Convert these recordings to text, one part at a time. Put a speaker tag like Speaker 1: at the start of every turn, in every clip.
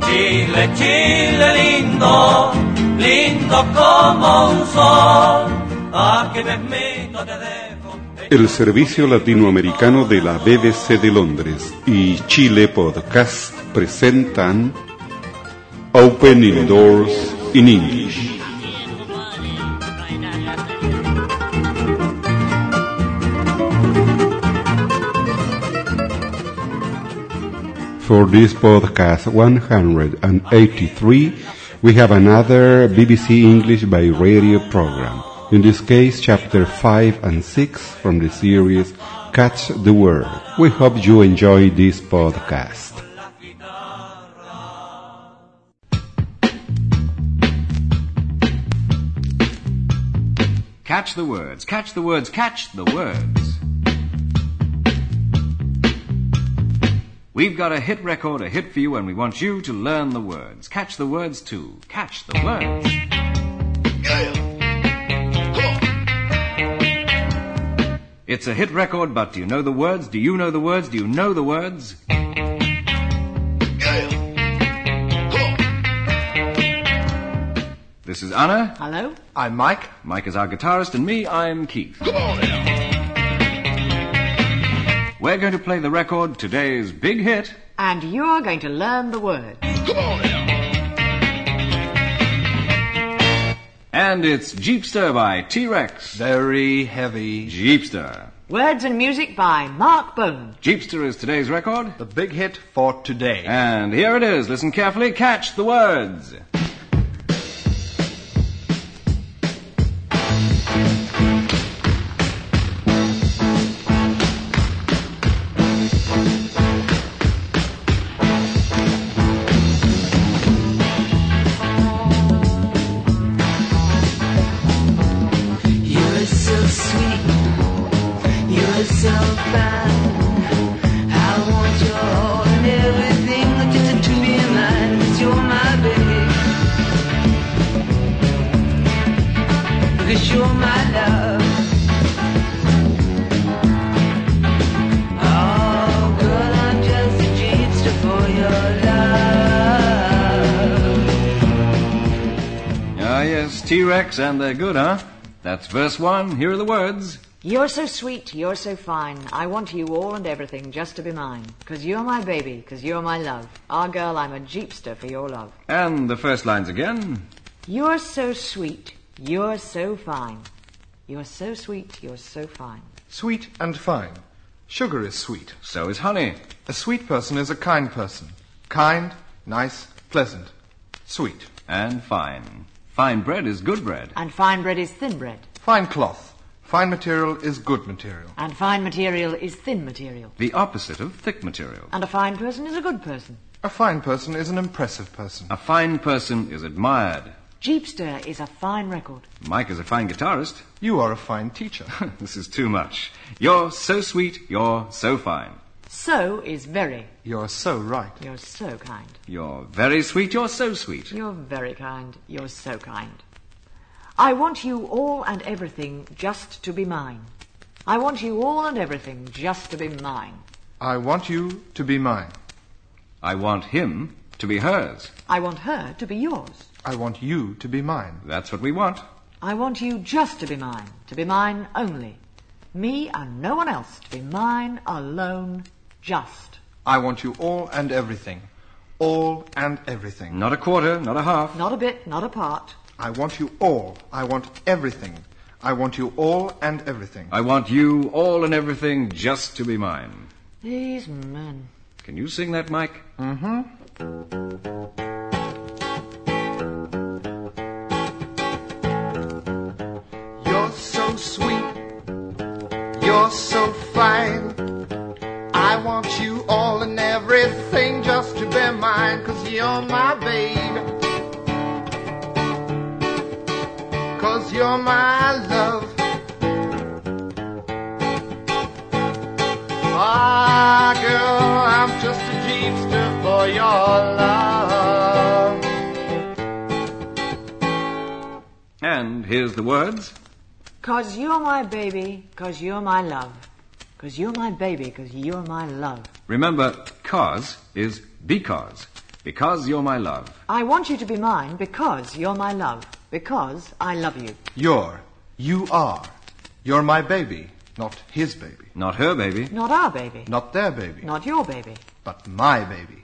Speaker 1: Chile, Chile lindo, lindo como un sol. Aquí mismito te dejo.
Speaker 2: El Servicio Latinoamericano de la BBC de Londres y Chile Podcast presentan Opening Doors in English. For this podcast 183, we have another BBC English by radio program. In this case, chapter 5 and 6 from the series Catch the Word. We hope you enjoy this podcast.
Speaker 3: Catch the words, catch the words, catch the words. We've got a hit record, a hit for you, and we want you to learn the words. Catch the words too. Catch the words. It's a hit record, but do you know the words? Do you know the words? Do you know the words? This is Anna.
Speaker 4: Hello?
Speaker 3: I'm Mike. Mike is our guitarist, and me, I'm Keith. We're going to play the record, today's big hit.
Speaker 4: And you are going to learn the word.
Speaker 3: And it's Jeepster by T Rex.
Speaker 5: Very heavy.
Speaker 3: Jeepster.
Speaker 4: Words and music by Mark Bone.
Speaker 3: Jeepster is today's record.
Speaker 5: The big hit for today.
Speaker 3: And here it is. Listen carefully. Catch the words.
Speaker 6: You're so sweet. You're so fine. I want your all and everything. Just to be mine. Cause you're my baby. Cause you're my love. Oh, girl, I'm just a dreamster for your love.
Speaker 3: Ah, yes, T Rex, and they're good, huh? That's verse one. Here are the words.
Speaker 4: You're so sweet, you're so fine. I want you all and everything just to be mine. Cause you're my baby, cause you're my love. Ah, girl, I'm a jeepster for your love.
Speaker 3: And the first lines again.
Speaker 4: You're so sweet, you're so fine. You're so sweet, you're so fine.
Speaker 5: Sweet and fine. Sugar is sweet.
Speaker 3: So is honey.
Speaker 5: A sweet person is a kind person. Kind, nice, pleasant. Sweet.
Speaker 3: And fine. Fine bread is good bread.
Speaker 4: And fine bread is thin bread.
Speaker 5: Fine cloth. Fine material is good material.
Speaker 4: And fine material is thin material.
Speaker 3: The opposite of thick material.
Speaker 4: And a fine person is a good person.
Speaker 5: A fine person is an impressive person.
Speaker 3: A fine person is admired.
Speaker 4: Jeepster is a fine record.
Speaker 3: Mike is a fine guitarist.
Speaker 5: You are a fine teacher.
Speaker 3: this is too much. You're so sweet, you're so fine.
Speaker 4: So is very.
Speaker 5: You're so right.
Speaker 4: You're so kind.
Speaker 3: You're very sweet, you're so sweet.
Speaker 4: You're very kind. You're so kind. I want you all and everything just to be mine. I want you all and everything just to be mine.
Speaker 5: I want you to be mine.
Speaker 3: I want him to be hers.
Speaker 4: I want her to be yours.
Speaker 5: I want you to be mine.
Speaker 3: That's what we want.
Speaker 4: I want you just to be mine, to be mine only. Me and no one else, to be mine alone, just.
Speaker 5: I want you all and everything. All and everything.
Speaker 3: Not a quarter, not a half.
Speaker 4: Not a bit, not a part.
Speaker 5: I want you all. I want everything. I want you all and everything.
Speaker 3: I want you, all and everything, just to be mine.
Speaker 4: These men.
Speaker 3: Can you sing that, Mike?
Speaker 5: You're so sweet. You're so fine. I want you all and everything just to be mine, cause you're my babe. Cause you're my love. Ah, girl, I'm just a jeepster for your love.
Speaker 3: And here's the words.
Speaker 4: Cause you're my baby, cause you're my love. Cause you're my baby, cause you're my love.
Speaker 3: Remember, cause is because. Because you're my love.
Speaker 4: I want you to be mine because you're my love. Because I love you.
Speaker 5: You're. You are. You're my baby, not his baby.
Speaker 3: Not her baby.
Speaker 4: Not our baby.
Speaker 5: Not their baby,
Speaker 4: Not your baby.
Speaker 5: but my baby.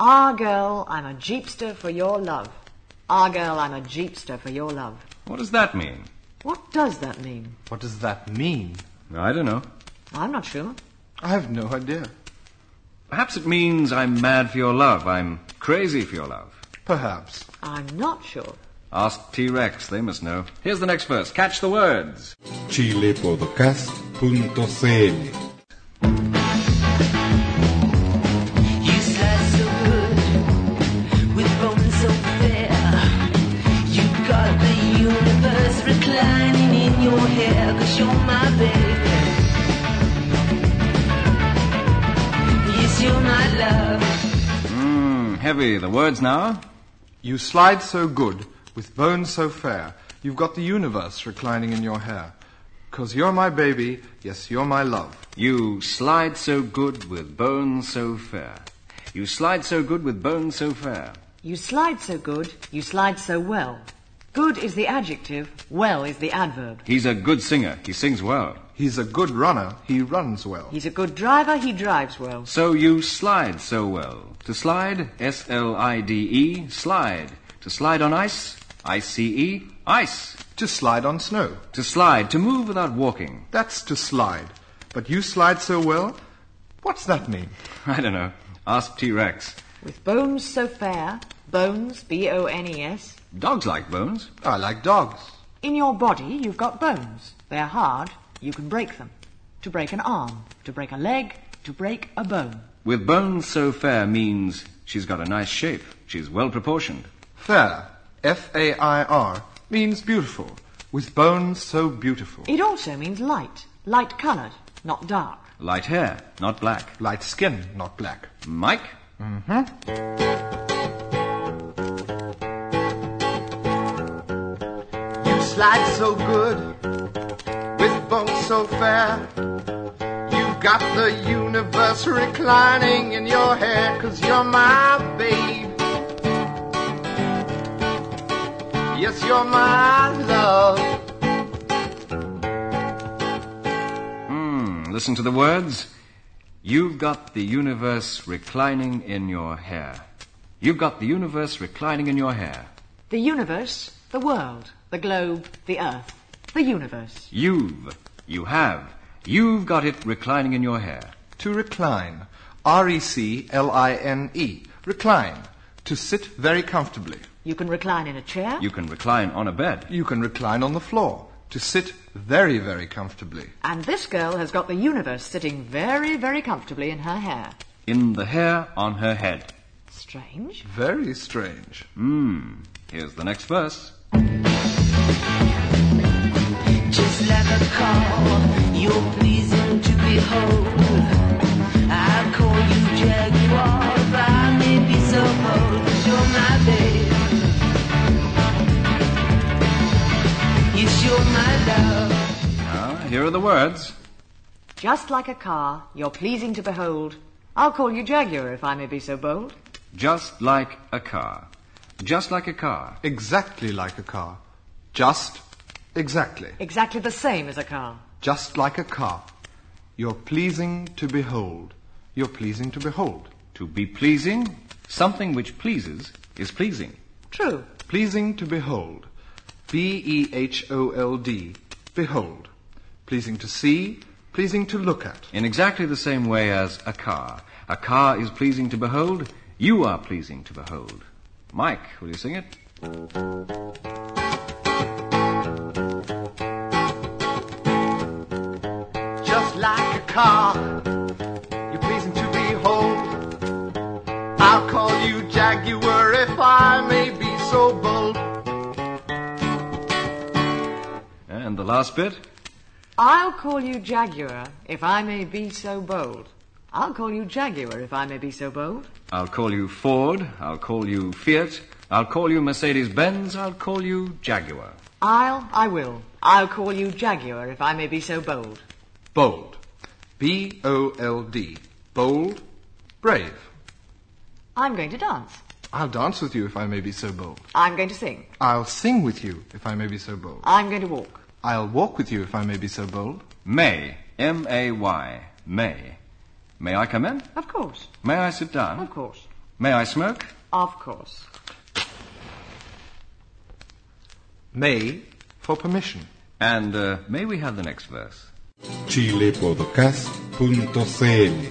Speaker 4: Ah, girl, I'm a jeepster for your love. Ah, girl, I'm a jeepster for your love.
Speaker 3: What does that mean?
Speaker 4: What does that mean?
Speaker 5: What does that mean?
Speaker 3: I don't know.
Speaker 4: I'm not sure.
Speaker 5: I have no idea.
Speaker 3: Perhaps it means I'm mad for your love. I'm crazy for your love.
Speaker 5: Perhaps.
Speaker 4: I'm not sure.
Speaker 3: Ask T Rex. They must know. Here's the next verse. Catch the words.
Speaker 2: chilepodcast.cl
Speaker 6: You slice so good with bones so fair. You got the universe reclining in your hair, cause you're my baby. Yes, you're my love.
Speaker 3: Hmm, heavy. The words now.
Speaker 5: You slide so good, with bones so fair. You've got the universe reclining in your hair. Cause you're my baby, yes, you're my love.
Speaker 3: You slide so good with bones so fair. You slide so good with bones so fair.
Speaker 4: You slide so good, you slide so well. Good is the adjective, well is the adverb.
Speaker 3: He's a good singer. He sings well.
Speaker 5: He's a good runner, he runs well.
Speaker 4: He's a good driver, he drives well.
Speaker 3: So you slide so well. To slide, S L I D E, slide. To slide on ice, I C E, ice.
Speaker 5: To slide on snow,
Speaker 3: To slide, to move without walking.
Speaker 5: that's to slide. But you slide so well, what's that mean?
Speaker 3: I don't know. Ask T Rex.
Speaker 4: With bones so fair, bones, B O N E S.
Speaker 3: Dogs like bones.
Speaker 5: I like dogs.
Speaker 4: In your body, you've got bones. They're hard, you can break them. To break an arm, to break a leg, to break a bone.
Speaker 3: With bones so fair means she's got a nice shape. She's well proportioned.
Speaker 5: Fair, F A I R, means beautiful, with bones so beautiful.
Speaker 4: It also means light, light coloured, not dark.
Speaker 3: Light hair, not black.
Speaker 5: Light skin, not black.
Speaker 3: Mike?
Speaker 5: You slide so good, with bones so fair. You've got the universe reclining in your hair, cause you're my babe. Yes, you're my love.
Speaker 3: Hmm, listen to the words. You've got the universe reclining in your hair. You've got the universe reclining in your hair.
Speaker 4: The universe, the world, the globe, the earth, the universe.
Speaker 3: You've. You have. You've got it reclining in your hair.
Speaker 5: To recline, R E C L I N E, recline. To sit very comfortably.
Speaker 4: You can recline in a chair.
Speaker 3: You can recline on a bed.
Speaker 5: You can recline on the floor. To sit very, very comfortably.
Speaker 4: And this girl has got the universe sitting very, very comfortably in her hair.
Speaker 3: In the hair on her head.
Speaker 4: Strange.
Speaker 5: Very strange.
Speaker 3: Hmm. Here's the next verse.
Speaker 6: Just like a car, you're pleasing to behold. I'll call you Jaguar if I may be so bold, cause you're my babe. Yes, you're my love.
Speaker 3: Now, here are the words.
Speaker 4: Just like a car, you're pleasing to behold. I'll call you Jaguar if I may be so bold.
Speaker 3: Just like a car. Just like a car.
Speaker 5: Exactly like a car. Just exactly.
Speaker 4: Exactly the same as a car.
Speaker 5: Just like a car. You're pleasing to behold. You're pleasing to behold.
Speaker 3: To be pleasing, something which pleases is pleasing.
Speaker 4: True.
Speaker 5: Pleasing to behold. B E H O L D. Behold. Pleasing to see. Pleasing to look at.
Speaker 3: In exactly the same way as a car. A car is pleasing to behold. You are pleasing to behold. Mike, will you sing it?
Speaker 5: Just like a car. You're pleasing to behold. I'll call you Jaguar if I may be so bold.
Speaker 3: And the last bit.
Speaker 4: I'll call you Jaguar if I may be so bold. I'll call you Jaguar if I may be so bold.
Speaker 3: I'll call you Ford. I'll call you Fiat. I'll call you Mercedes Benz. I'll call you Jaguar.
Speaker 4: I'll, I will. I'll call you Jaguar if I may be so bold.
Speaker 5: Bold. B O L D. Bold. Brave.
Speaker 4: I'm going to dance.
Speaker 5: I'll dance with you if I may be so bold.
Speaker 4: I'm going to sing.
Speaker 5: I'll sing with you if I may be so bold.
Speaker 4: I'm going to walk.
Speaker 5: I'll walk with you if I may be so bold.
Speaker 3: May. M A Y. May. May I come in?
Speaker 4: Of course.
Speaker 3: May I sit down?
Speaker 4: Of course.
Speaker 3: May I smoke?
Speaker 4: Of course.
Speaker 5: May for permission.
Speaker 3: And uh, may we have the next verse?
Speaker 2: chilepodcast.cl
Speaker 6: The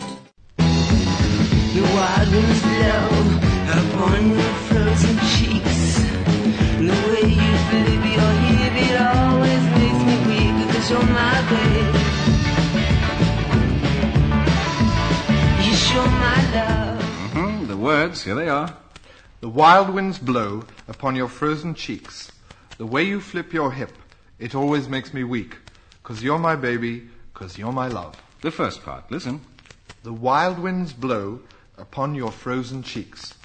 Speaker 6: wild winds blow upon your frozen cheeks. The way you flip your hip, it always makes me weak because you're my babe. You show my love.
Speaker 3: hmm The words, here they are.
Speaker 5: The wild winds blow upon your frozen cheeks. The way you flip your hip, it always makes me weak. Cause you're my baby, cause you're my love.
Speaker 3: The first part, listen.
Speaker 5: The wild winds blow upon your frozen cheeks.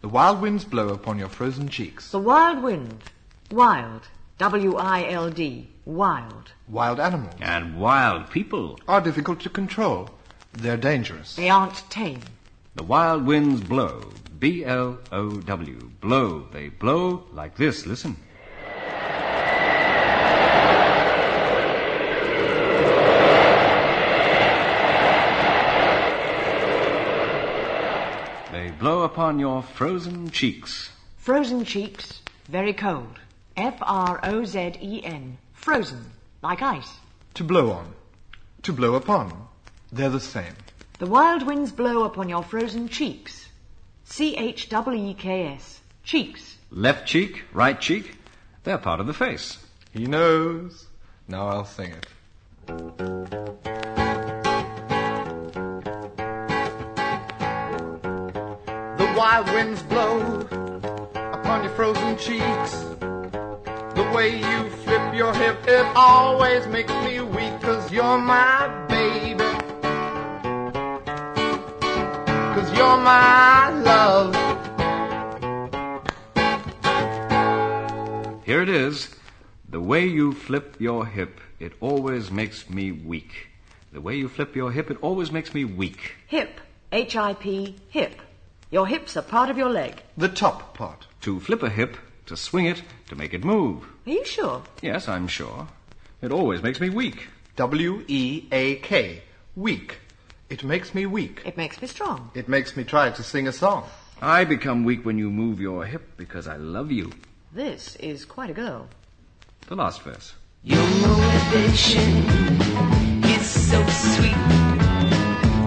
Speaker 5: The wild winds blow upon your frozen cheeks.
Speaker 4: The wild wind. Wild. W-I-L-D. Wild.
Speaker 5: Wild animals
Speaker 3: And wild people.
Speaker 5: are difficult to control. They're dangerous.
Speaker 4: They aren't tame.
Speaker 3: The wild winds blow. B L O W. Blow. They blow like this. Listen. They blow upon your frozen cheeks.
Speaker 4: Frozen cheeks. Very cold. F-R-O-Z-E-N. E Frozen. Like ice.
Speaker 5: To blow on. To blow upon. They're the same.
Speaker 4: The wild winds blow upon your frozen cheeks. C-H-E-E-K-S. E Cheeks.
Speaker 3: Left cheek, right cheek. They're part of the face.
Speaker 5: He knows. Now I'll sing it. The wild winds blow upon your frozen cheeks. The way you flip your hip, it always makes me weak, cause you're my baby. Cause you're my love.
Speaker 3: Here it is. The way you flip your hip, it always makes me weak. The way you flip your hip, it always makes me weak.
Speaker 4: Hip. H-I-P. Hip. Your hips are part of your leg.
Speaker 5: The top part.
Speaker 3: To flip a hip, to swing it, to make it move.
Speaker 4: Are you sure?
Speaker 3: Yes, I'm sure. It always makes me weak.
Speaker 5: W E A K. Weak. It makes me weak.
Speaker 4: It makes me strong.
Speaker 5: It makes me try to sing a song.
Speaker 3: I become weak when you move your hip because I love you.
Speaker 4: This is quite a girl.
Speaker 3: The last verse.
Speaker 6: Your motivation is so sweet.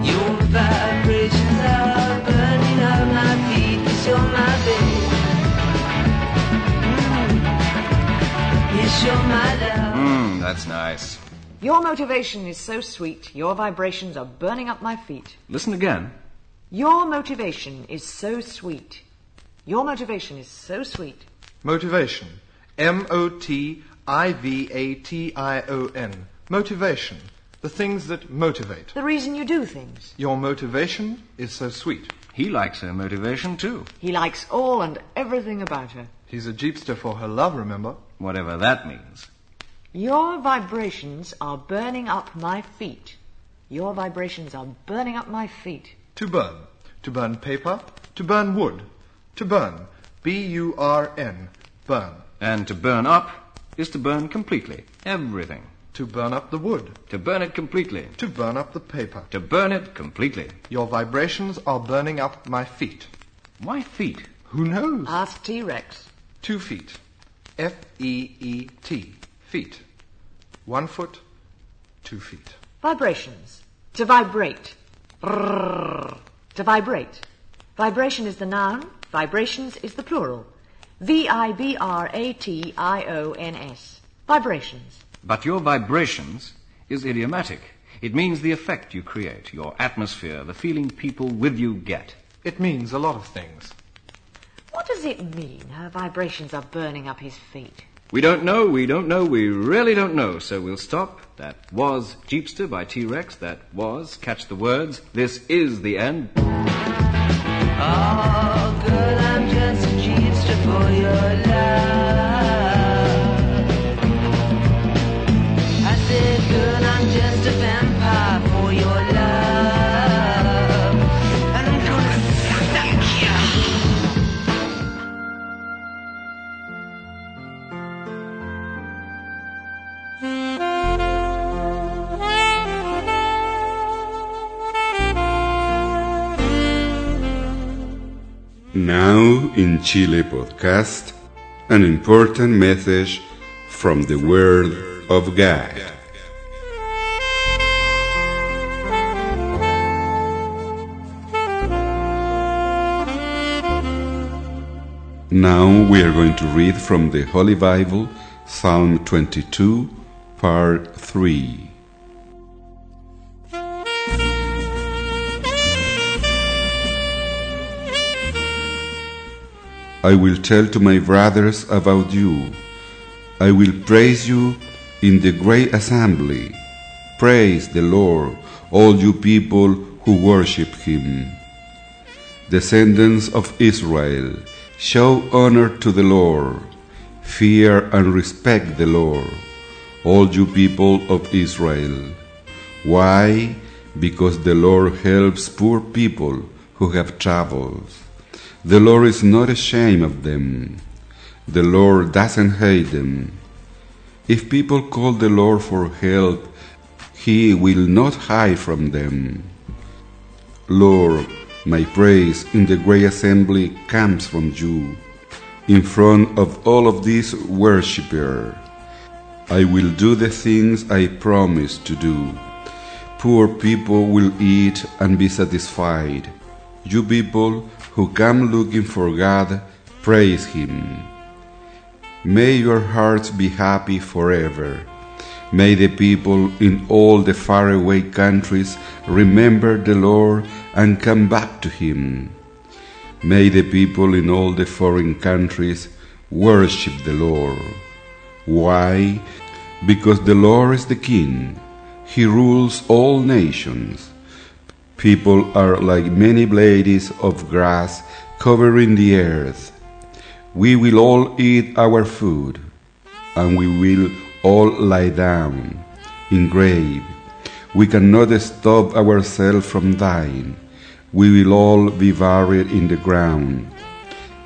Speaker 6: Your vibrations are burning up my feet. Cause you're my babe. Mm. Yes, you're my love.
Speaker 3: Mmm, that's nice.
Speaker 4: Your motivation is so sweet, your vibrations are burning up my feet.
Speaker 3: Listen again.
Speaker 4: Your motivation is so sweet. Your motivation is so sweet.
Speaker 5: Motivation. M O T I V A T I O N. Motivation. The things that motivate.
Speaker 4: The reason you do things.
Speaker 5: Your motivation is so sweet.
Speaker 3: He likes her motivation too.
Speaker 4: He likes all and everything about her.
Speaker 5: He's a jeepster for her love, remember?
Speaker 3: Whatever that means.
Speaker 4: Your vibrations are burning up my feet. Your vibrations are burning up my feet.
Speaker 5: To burn. To burn paper. To burn wood. To burn. B U R N. Burn.
Speaker 3: And to burn up is to burn completely. Everything.
Speaker 5: To burn up the wood.
Speaker 3: To burn it completely.
Speaker 5: To burn up the paper.
Speaker 3: To burn it completely.
Speaker 5: Your vibrations are burning up my feet.
Speaker 3: Why feet?
Speaker 5: Who knows?
Speaker 4: Ask T Rex.
Speaker 5: Two feet. F E E T. Feet. One foot, two feet.
Speaker 4: Vibrations. To vibrate. Brrrr. To vibrate. Vibration is the noun, vibrations is the plural. V I B R A T I O N S. Vibrations.
Speaker 3: But your vibrations is idiomatic. It means the effect you create, your atmosphere, the feeling people with you get.
Speaker 5: It means a lot of things.
Speaker 4: What does it mean her vibrations are burning up his feet?
Speaker 3: We don't know, we don't know, we really don't know, so we'll stop. That was Jeepster by T Rex. That was Catch the Words. This is the end.
Speaker 6: Oh, girl, I'm just a Jeepster for your love. I said, girl, I'm just a vampire for your love. And I'm gonna suck you.
Speaker 2: Now in Chile podcast, an important message from the Word of God. Now we are going to read from the Holy Bible, Psalm 22, part 3. I will tell to my brothers about you. I will praise you in the great assembly. Praise the Lord, all you people who worship him. Descendants of Israel, show honor to the Lord. Fear and respect the Lord, all you people of Israel. Why? Because the Lord helps poor people who have troubles. The Lord is not ashamed of them. The Lord doesn't hate them. If people call the Lord for help, he will not hide from them. Lord, my praise in the great assembly comes from you. In front of all of these worshippers, I will do the things I promised to do. Poor people will eat and be satisfied. You people who come looking for God, praise Him. May your hearts be happy forever. May the people in all the faraway countries remember the Lord and come back to Him. May the people in all the foreign countries worship the Lord. Why? Because the Lord is the King. He rules all nations. People are like many blades of grass covering the earth. We will all eat our food, and we will all lie down in grave. We cannot stop ourselves from dying. We will all be buried in the ground.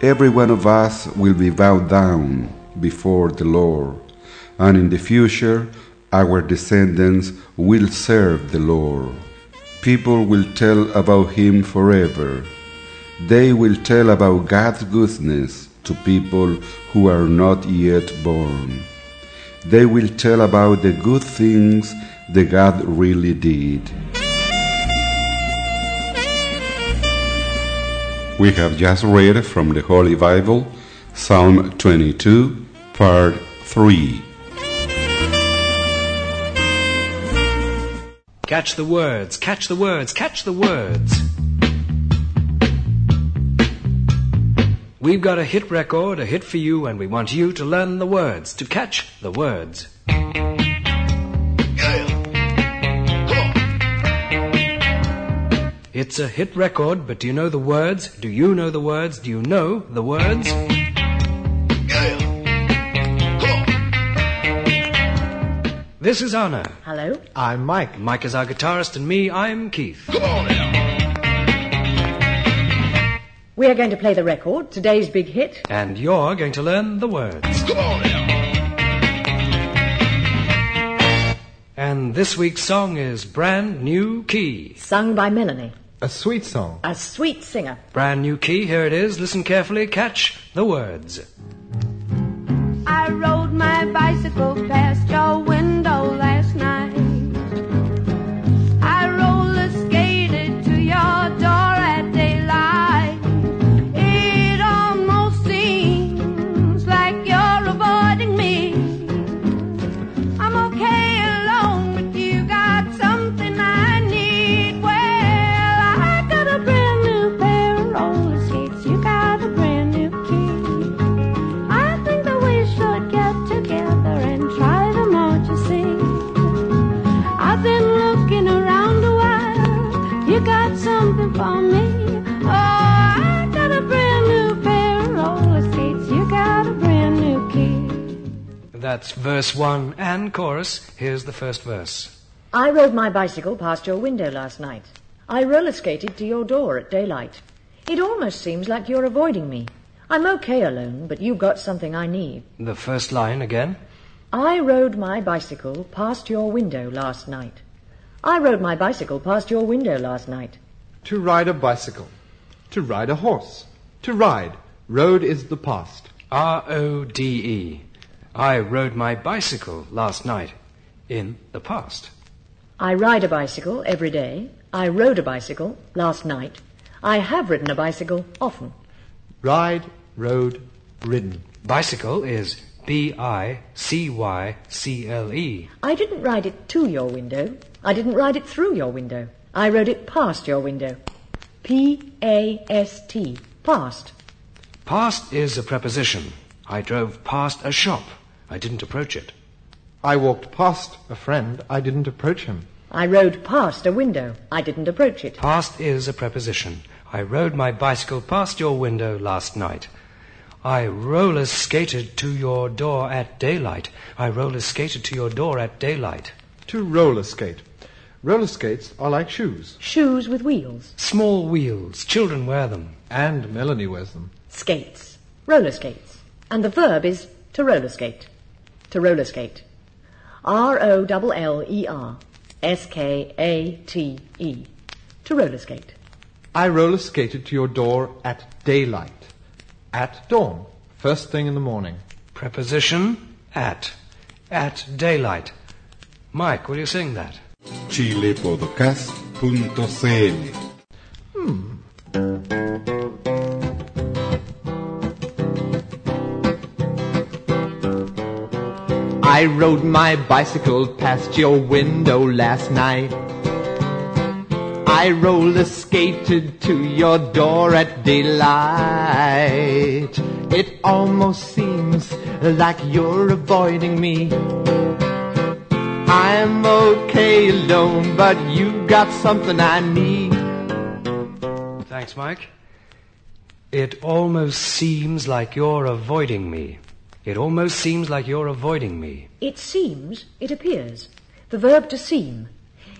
Speaker 2: Every one of us will be bowed down before the Lord, and in the future our descendants will serve the Lord people will tell about him forever. They will tell about God's goodness to people who are not yet born. They will tell about the good things that God really did. We have just read from the Holy Bible, Psalm 22, part 3.
Speaker 7: Catch the words, catch the words, catch the words. We've got a hit record, a hit for you, and we want you to learn the words, to catch the words. It's a hit record, but do you know the words? Do you know the words? Do you know the words? This is Anna.
Speaker 4: Hello?
Speaker 7: I'm Mike. Mike is our guitarist, and me, I'm Keith.
Speaker 4: We are going to play the record, today's big hit.
Speaker 7: And you're going to learn the words. And this week's song is Brand New Key.
Speaker 4: Sung by Melanie,
Speaker 8: A sweet song.
Speaker 4: a sweet singer.
Speaker 7: Brand New Key, here it is. Listen carefully, catch the words.
Speaker 9: I rode my bicycle past your window last night. I roller skated to your door at daylight. It almost seems like you're avoiding me. I'm okay alone, but you got something I need. Well, I got a brand new pair of roller skates. You got a brand new key. I think that we should get together and try them out, you see. I've been looking around a while. You got something for me. Oh, I got a brand new pair of roller skates. You got a brand new key.
Speaker 7: That's verse one and chorus. Here's the first verse.
Speaker 4: I rode my bicycle past your window last night. I roller skated to your door at daylight. It almost seems like you're avoiding me. I'm okay alone, but you got something I need.
Speaker 7: The first line again.
Speaker 4: I rode my bicycle past your window last night. I rode my bicycle past your window last night.
Speaker 8: To ride a bicycle. To ride a horse. To ride. Road is the past.
Speaker 7: R O D E. I rode my bicycle last night in the past.
Speaker 4: I ride a bicycle every day. I rode a bicycle last night. I have ridden a bicycle often.
Speaker 8: Ride, road, ridden.
Speaker 7: Bicycle is B I C Y C L E.
Speaker 4: I didn't ride it to your window. I didn't ride it through your window. I rode it past your window. P A S T. Past.
Speaker 7: Past is a preposition. I drove past a shop. I didn't approach it.
Speaker 8: I walked past a friend. I didn't approach him.
Speaker 4: I rode past a window. I didn't approach it.
Speaker 7: Past is a preposition. I rode my bicycle past your window last night. I roller skated to your door at daylight. I roller skated to your door at daylight.
Speaker 8: To roller skate. Roller skates are like shoes.
Speaker 4: Shoes with wheels.
Speaker 7: Small wheels. Children wear them.
Speaker 8: And Melanie wears them.
Speaker 4: Skates. Roller skates. And the verb is to roller skate. To roller skate. R O L L E R S K A T E. To roller skate.
Speaker 8: I roller skated to your door at daylight. At dawn. First thing in the morning.
Speaker 7: Preposition at. At daylight. Mike, will you sing that?
Speaker 2: chilepodcast.cl
Speaker 8: I rode my bicycle past your window last night. I roller skated to your door at daylight. It almost seems like you're avoiding me. I'm okay alone, but you got something I need.
Speaker 7: Thanks, Mike. It almost seems like you're avoiding me. It almost seems like you're avoiding me.
Speaker 4: It seems, it appears. The verb to seem.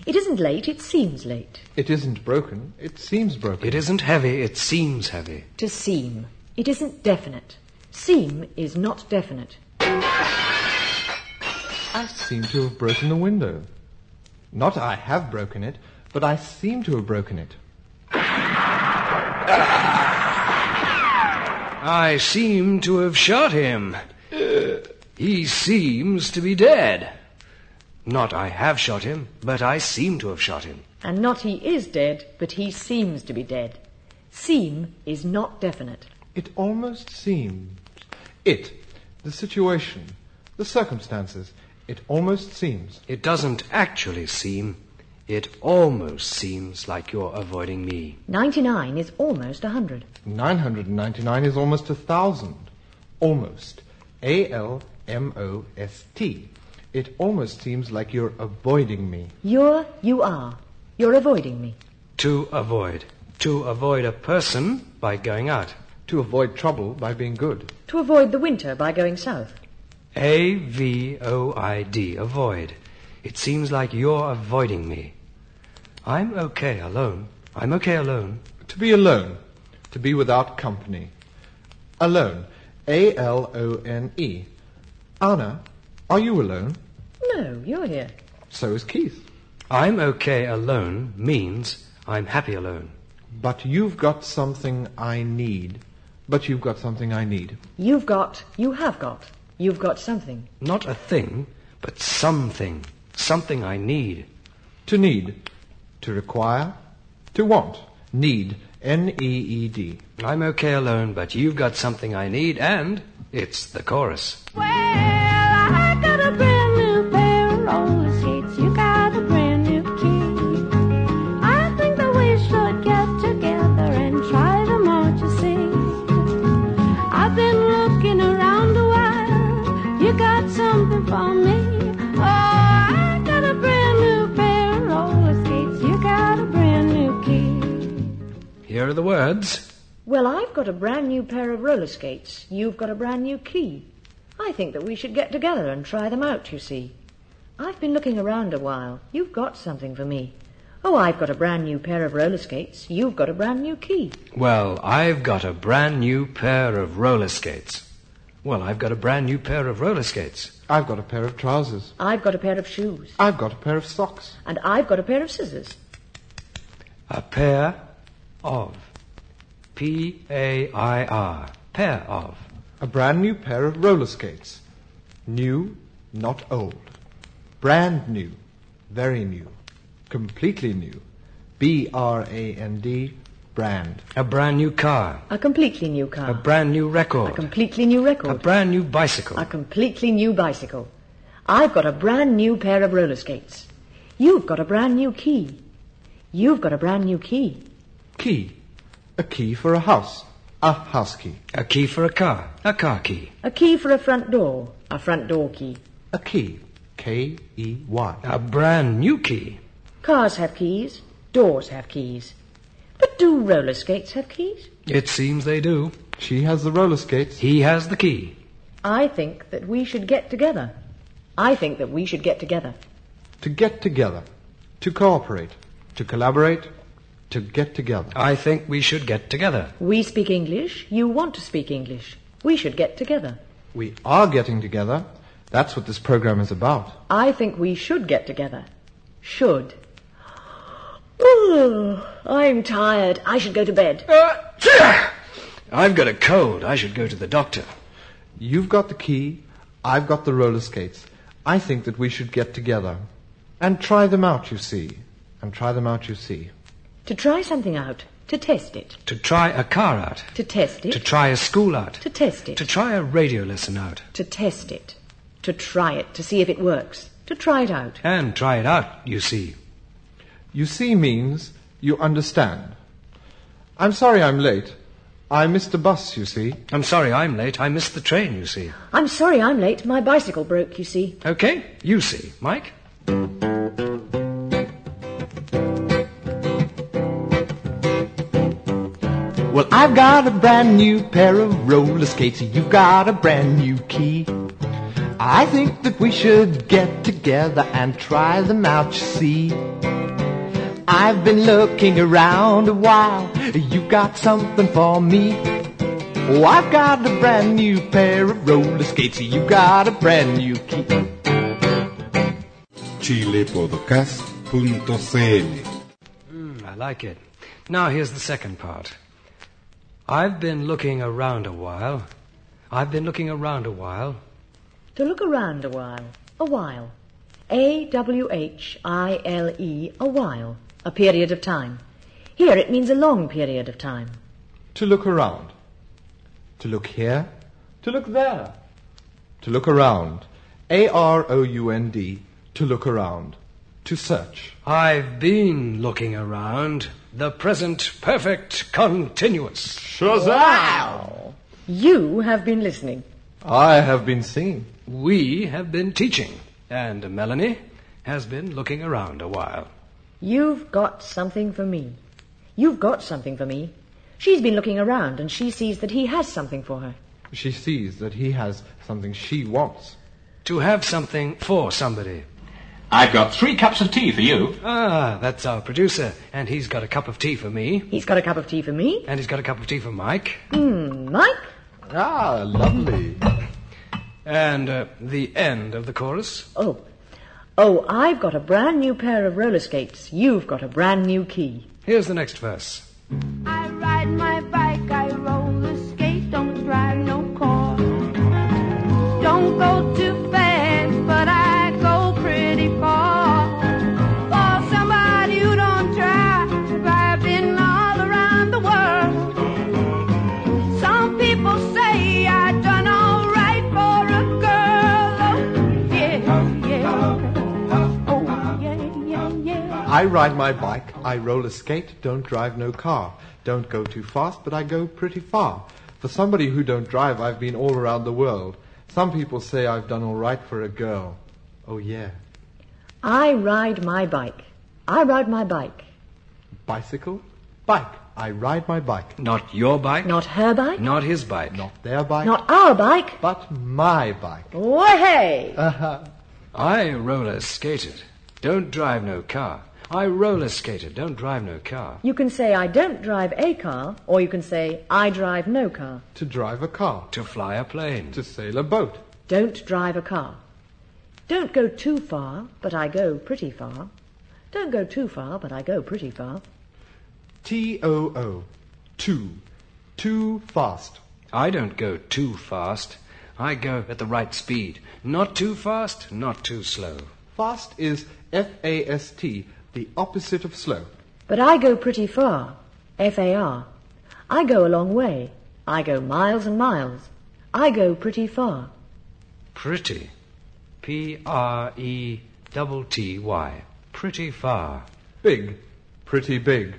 Speaker 4: It isn't late, it seems late.
Speaker 8: It isn't broken. It seems broken.
Speaker 7: It isn't heavy, it seems heavy.
Speaker 4: To seem. It isn't definite. Seem is not definite.
Speaker 8: I seem to have broken the window. Not I have broken it, but I seem to have broken it.
Speaker 7: I seem to have shot him. He seems to be dead. Not I have shot him, but I seem to have shot him.
Speaker 4: And not he is dead, but he seems to be dead. Seem is not definite.
Speaker 8: It almost seemed. It. The situation. The circumstances. It almost seems.
Speaker 7: It doesn't actually seem. It almost seems like you're avoiding me.
Speaker 4: 99 is almost a 100.
Speaker 8: 999 is almost a thousand. Almost. A L M O S T. It almost seems like you're avoiding me.
Speaker 4: You're, you are. You're avoiding me.
Speaker 7: To avoid. To avoid a person by going out.
Speaker 8: To avoid trouble by being good.
Speaker 4: To avoid the winter by going south.
Speaker 7: A V O I D. Avoid. It seems like you're avoiding me. I'm okay alone. I'm okay alone.
Speaker 8: To be alone. To be without company. Alone. A L O N E. Anna, are you alone?
Speaker 4: No, you're here.
Speaker 8: So is Keith.
Speaker 7: I'm okay alone means I'm happy alone.
Speaker 8: But you've got something I need. But you've got something I need.
Speaker 4: You've got, you have got. You've got something.
Speaker 7: Not a thing, but something. Something I need.
Speaker 8: To need. To require. To want. Need. N E E D.
Speaker 7: I'm okay alone, but you've got something I need, and it's the chorus.
Speaker 9: Well, I got a brand new pair of roller skates. You got a brand new key. I think that we should get together and try them out, you see. I've been looking around a while. You got something for me. Oh, I got a brand new pair of roller skates. You got a brand new key.
Speaker 7: Here are the words.
Speaker 4: Well, I've got a brand new pair of roller skates. You've got a brand new key. I think that we should get together and try them out, you see. I've been looking around a while. You've got something for me. Oh, I've got a brand new pair of roller skates. You've got a brand new key.
Speaker 7: Well, I've got a brand new pair of roller skates. Well, I've got a brand new pair of roller skates.
Speaker 8: I've got a pair of trousers.
Speaker 4: I've got a pair of shoes.
Speaker 8: I've got a pair of socks.
Speaker 4: And I've got a pair of scissors.
Speaker 7: A pair of. P A I R. Pair of.
Speaker 8: A brand new pair of roller skates. New, not old. Brand new. Very new. Completely new. B R A N D. Brand.
Speaker 7: A brand new car.
Speaker 4: A completely new car.
Speaker 7: A brand new
Speaker 4: A
Speaker 7: record.
Speaker 4: completely new record.
Speaker 7: A brand new bicycle.
Speaker 4: A completely new bicycle. I've got a brand new pair of roller skates. You've got a brand new key. You've got a brand new key.
Speaker 7: Key.
Speaker 8: A key for a house. A house key.
Speaker 7: A key for a car. A car key.
Speaker 4: A key for a front door. A front door key.
Speaker 8: A key. K E Y.
Speaker 7: A brand new key.
Speaker 4: Cars have keys. Doors have keys. But do roller skates have keys?
Speaker 7: It seems they do.
Speaker 8: She has the roller skates.
Speaker 7: He has the key.
Speaker 4: I think that we should get together. I think that we should get together.
Speaker 8: To get together. To cooperate. To collaborate. To get together.
Speaker 7: I think we should get together.
Speaker 4: We speak English. You want to speak English. We should get together.
Speaker 8: We are getting together. That's what this program is about.
Speaker 4: I think we should get together. Should. Ooh, I'm tired. I should go to bed.
Speaker 7: I've got a cold. I should go to the doctor.
Speaker 8: You've got the key. I've got the roller skates. I think that we should get together. And try them out, you see. And try them out, you see.
Speaker 4: To try something out. To test it.
Speaker 7: To try a car out.
Speaker 4: To test it.
Speaker 7: To try a school out.
Speaker 4: to test it.
Speaker 7: To try a radio listen out.
Speaker 4: to test it. To try it. To see if it works. To try it out.
Speaker 7: And try it out, you see.
Speaker 8: You see means you understand. I'm sorry I'm late. I missed the bus, you see.
Speaker 7: I'm sorry I'm late. I missed the train, you see.
Speaker 4: I'm sorry I'm late. My bicycle broke, you see.
Speaker 7: Okay, you see, Mike.
Speaker 8: Well, I've got a brand new pair of roller skates. You've got a brand new key. I think that we should get together and try them out, you see. I've been looking around a while. You've got something for me. Oh, I've got a brand new pair of roller skates. You've got a brand new key.
Speaker 2: chilepodcast.cl
Speaker 7: Hmm, I like it. Now here's the second part. I've been looking around a while. I've been looking around a while.
Speaker 4: To look around a while. A while. A W H I L E. A while. A period of time. Here it means a long period of time.
Speaker 8: To look around. To look here. To look there. To look around. A R O U N D. To look around. To search.
Speaker 7: I've been looking around. The present perfect continuous.
Speaker 4: You have been listening.
Speaker 8: I have been seen.
Speaker 7: We have been teaching, and Melanie has been looking around a while.
Speaker 4: You've got something for me. You've got something for me. She's been looking around and she sees that he has something for her.
Speaker 8: She sees that he has something she wants.
Speaker 7: To have something for somebody.
Speaker 10: I've got three cups of tea for you.
Speaker 7: Ah, that's our producer, and he's got a cup of tea for me,
Speaker 4: He's got a cup of tea for me. Hmm,
Speaker 7: and he's got a cup of tea for Mike,
Speaker 4: Mike?
Speaker 8: Ah, lovely.
Speaker 7: and uh, the end of the chorus.
Speaker 4: Oh. Oh, I've got a brand new pair of roller skates. You've got a brand new key.
Speaker 7: Here's the next verse.
Speaker 9: I ride my bike, I roller skate, don't drive no car. Don't go too fast, but I go pretty far. For somebody who don't drive, I've been all around the world. Some people say I done all right for a girl. Oh, yeah, yeah. Oh, yeah, yeah, yeah.
Speaker 8: I ride my bike, I roller skate, don't drive no car. Don't go too fast, but I go pretty far. For somebody who don't drive, I've been all around the world. Some people say I've done all right for a girl. Oh yeah.
Speaker 4: I ride my bike. I ride my bike.
Speaker 8: Bicycle? Bike. I ride my bike.
Speaker 7: Not your bike,
Speaker 4: Not her bike.
Speaker 7: not his bike.
Speaker 8: Not their bike,
Speaker 4: Not our bike.
Speaker 8: but my bike.
Speaker 4: Way hey!
Speaker 7: I roller skated. Don't drive no car. I roller skated. Don't drive no car.
Speaker 4: You can say I don't drive a car, or you can say I drive no car.
Speaker 8: To drive a car.
Speaker 7: To fly a plane.
Speaker 8: To sail a boat.
Speaker 4: Don't drive a car. Don't go too far, but I go pretty far. Don't go too far, but I go pretty far.
Speaker 8: T O O. Two.
Speaker 5: too fast.
Speaker 7: I don't go too fast. I go at the right speed. Not too fast, not too slow.
Speaker 5: Fast is F A S T, the opposite of slow.
Speaker 4: But I go pretty far. F-A-R. I go a long way. I go miles and miles. I go pretty far.
Speaker 7: Pretty. P R E double T Y. Pretty far.
Speaker 5: Big, pretty big.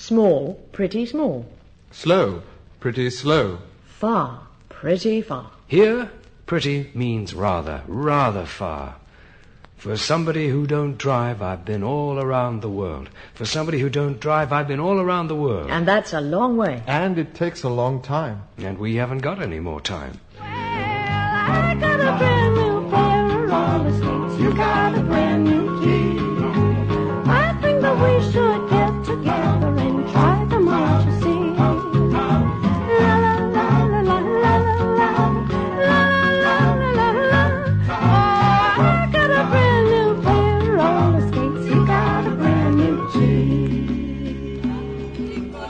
Speaker 4: Small, pretty small.
Speaker 5: Slow, pretty slow.
Speaker 4: Far, pretty far.
Speaker 7: Here, pretty means rather, rather far. For somebody who don't drive, I've been all around the world. For somebody who don't drive, I've been all around the world.
Speaker 4: And that's a long way.
Speaker 5: And it takes a long time.
Speaker 7: And we haven't got any more time.
Speaker 1: I got a brand new pair of roller skates. You got a brand new key. I think that we should get together and try them out to see. La la la la la la la la la la la la. Oh, I got a brand new pair of roller skates. You got a brand new key.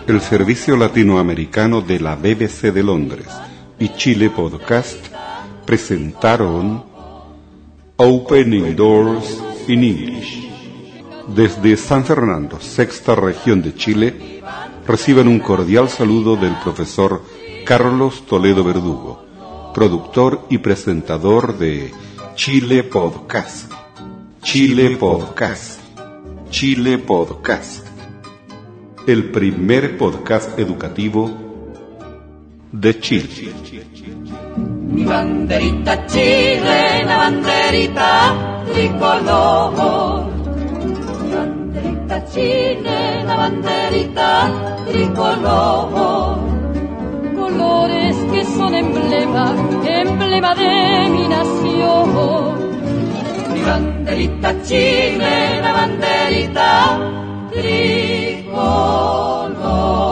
Speaker 2: El servicio latinoamericano de la BBC de Londres y Chile Podcast presentaron Opening Doors in English. Desde San Fernando, sexta región de Chile, reciban un cordial saludo del profesor Carlos Toledo Verdugo, productor y presentador de Chile Podcast. Chile Podcast. Chile Podcast. El primer podcast educativo de Chile.
Speaker 9: Mi banderita chilena, banderita tricolor. Mi banderita chilena, banderita tricolor. Colores que son emblema, emblema de mi nación. Mi banderita chilena, banderita tricolor.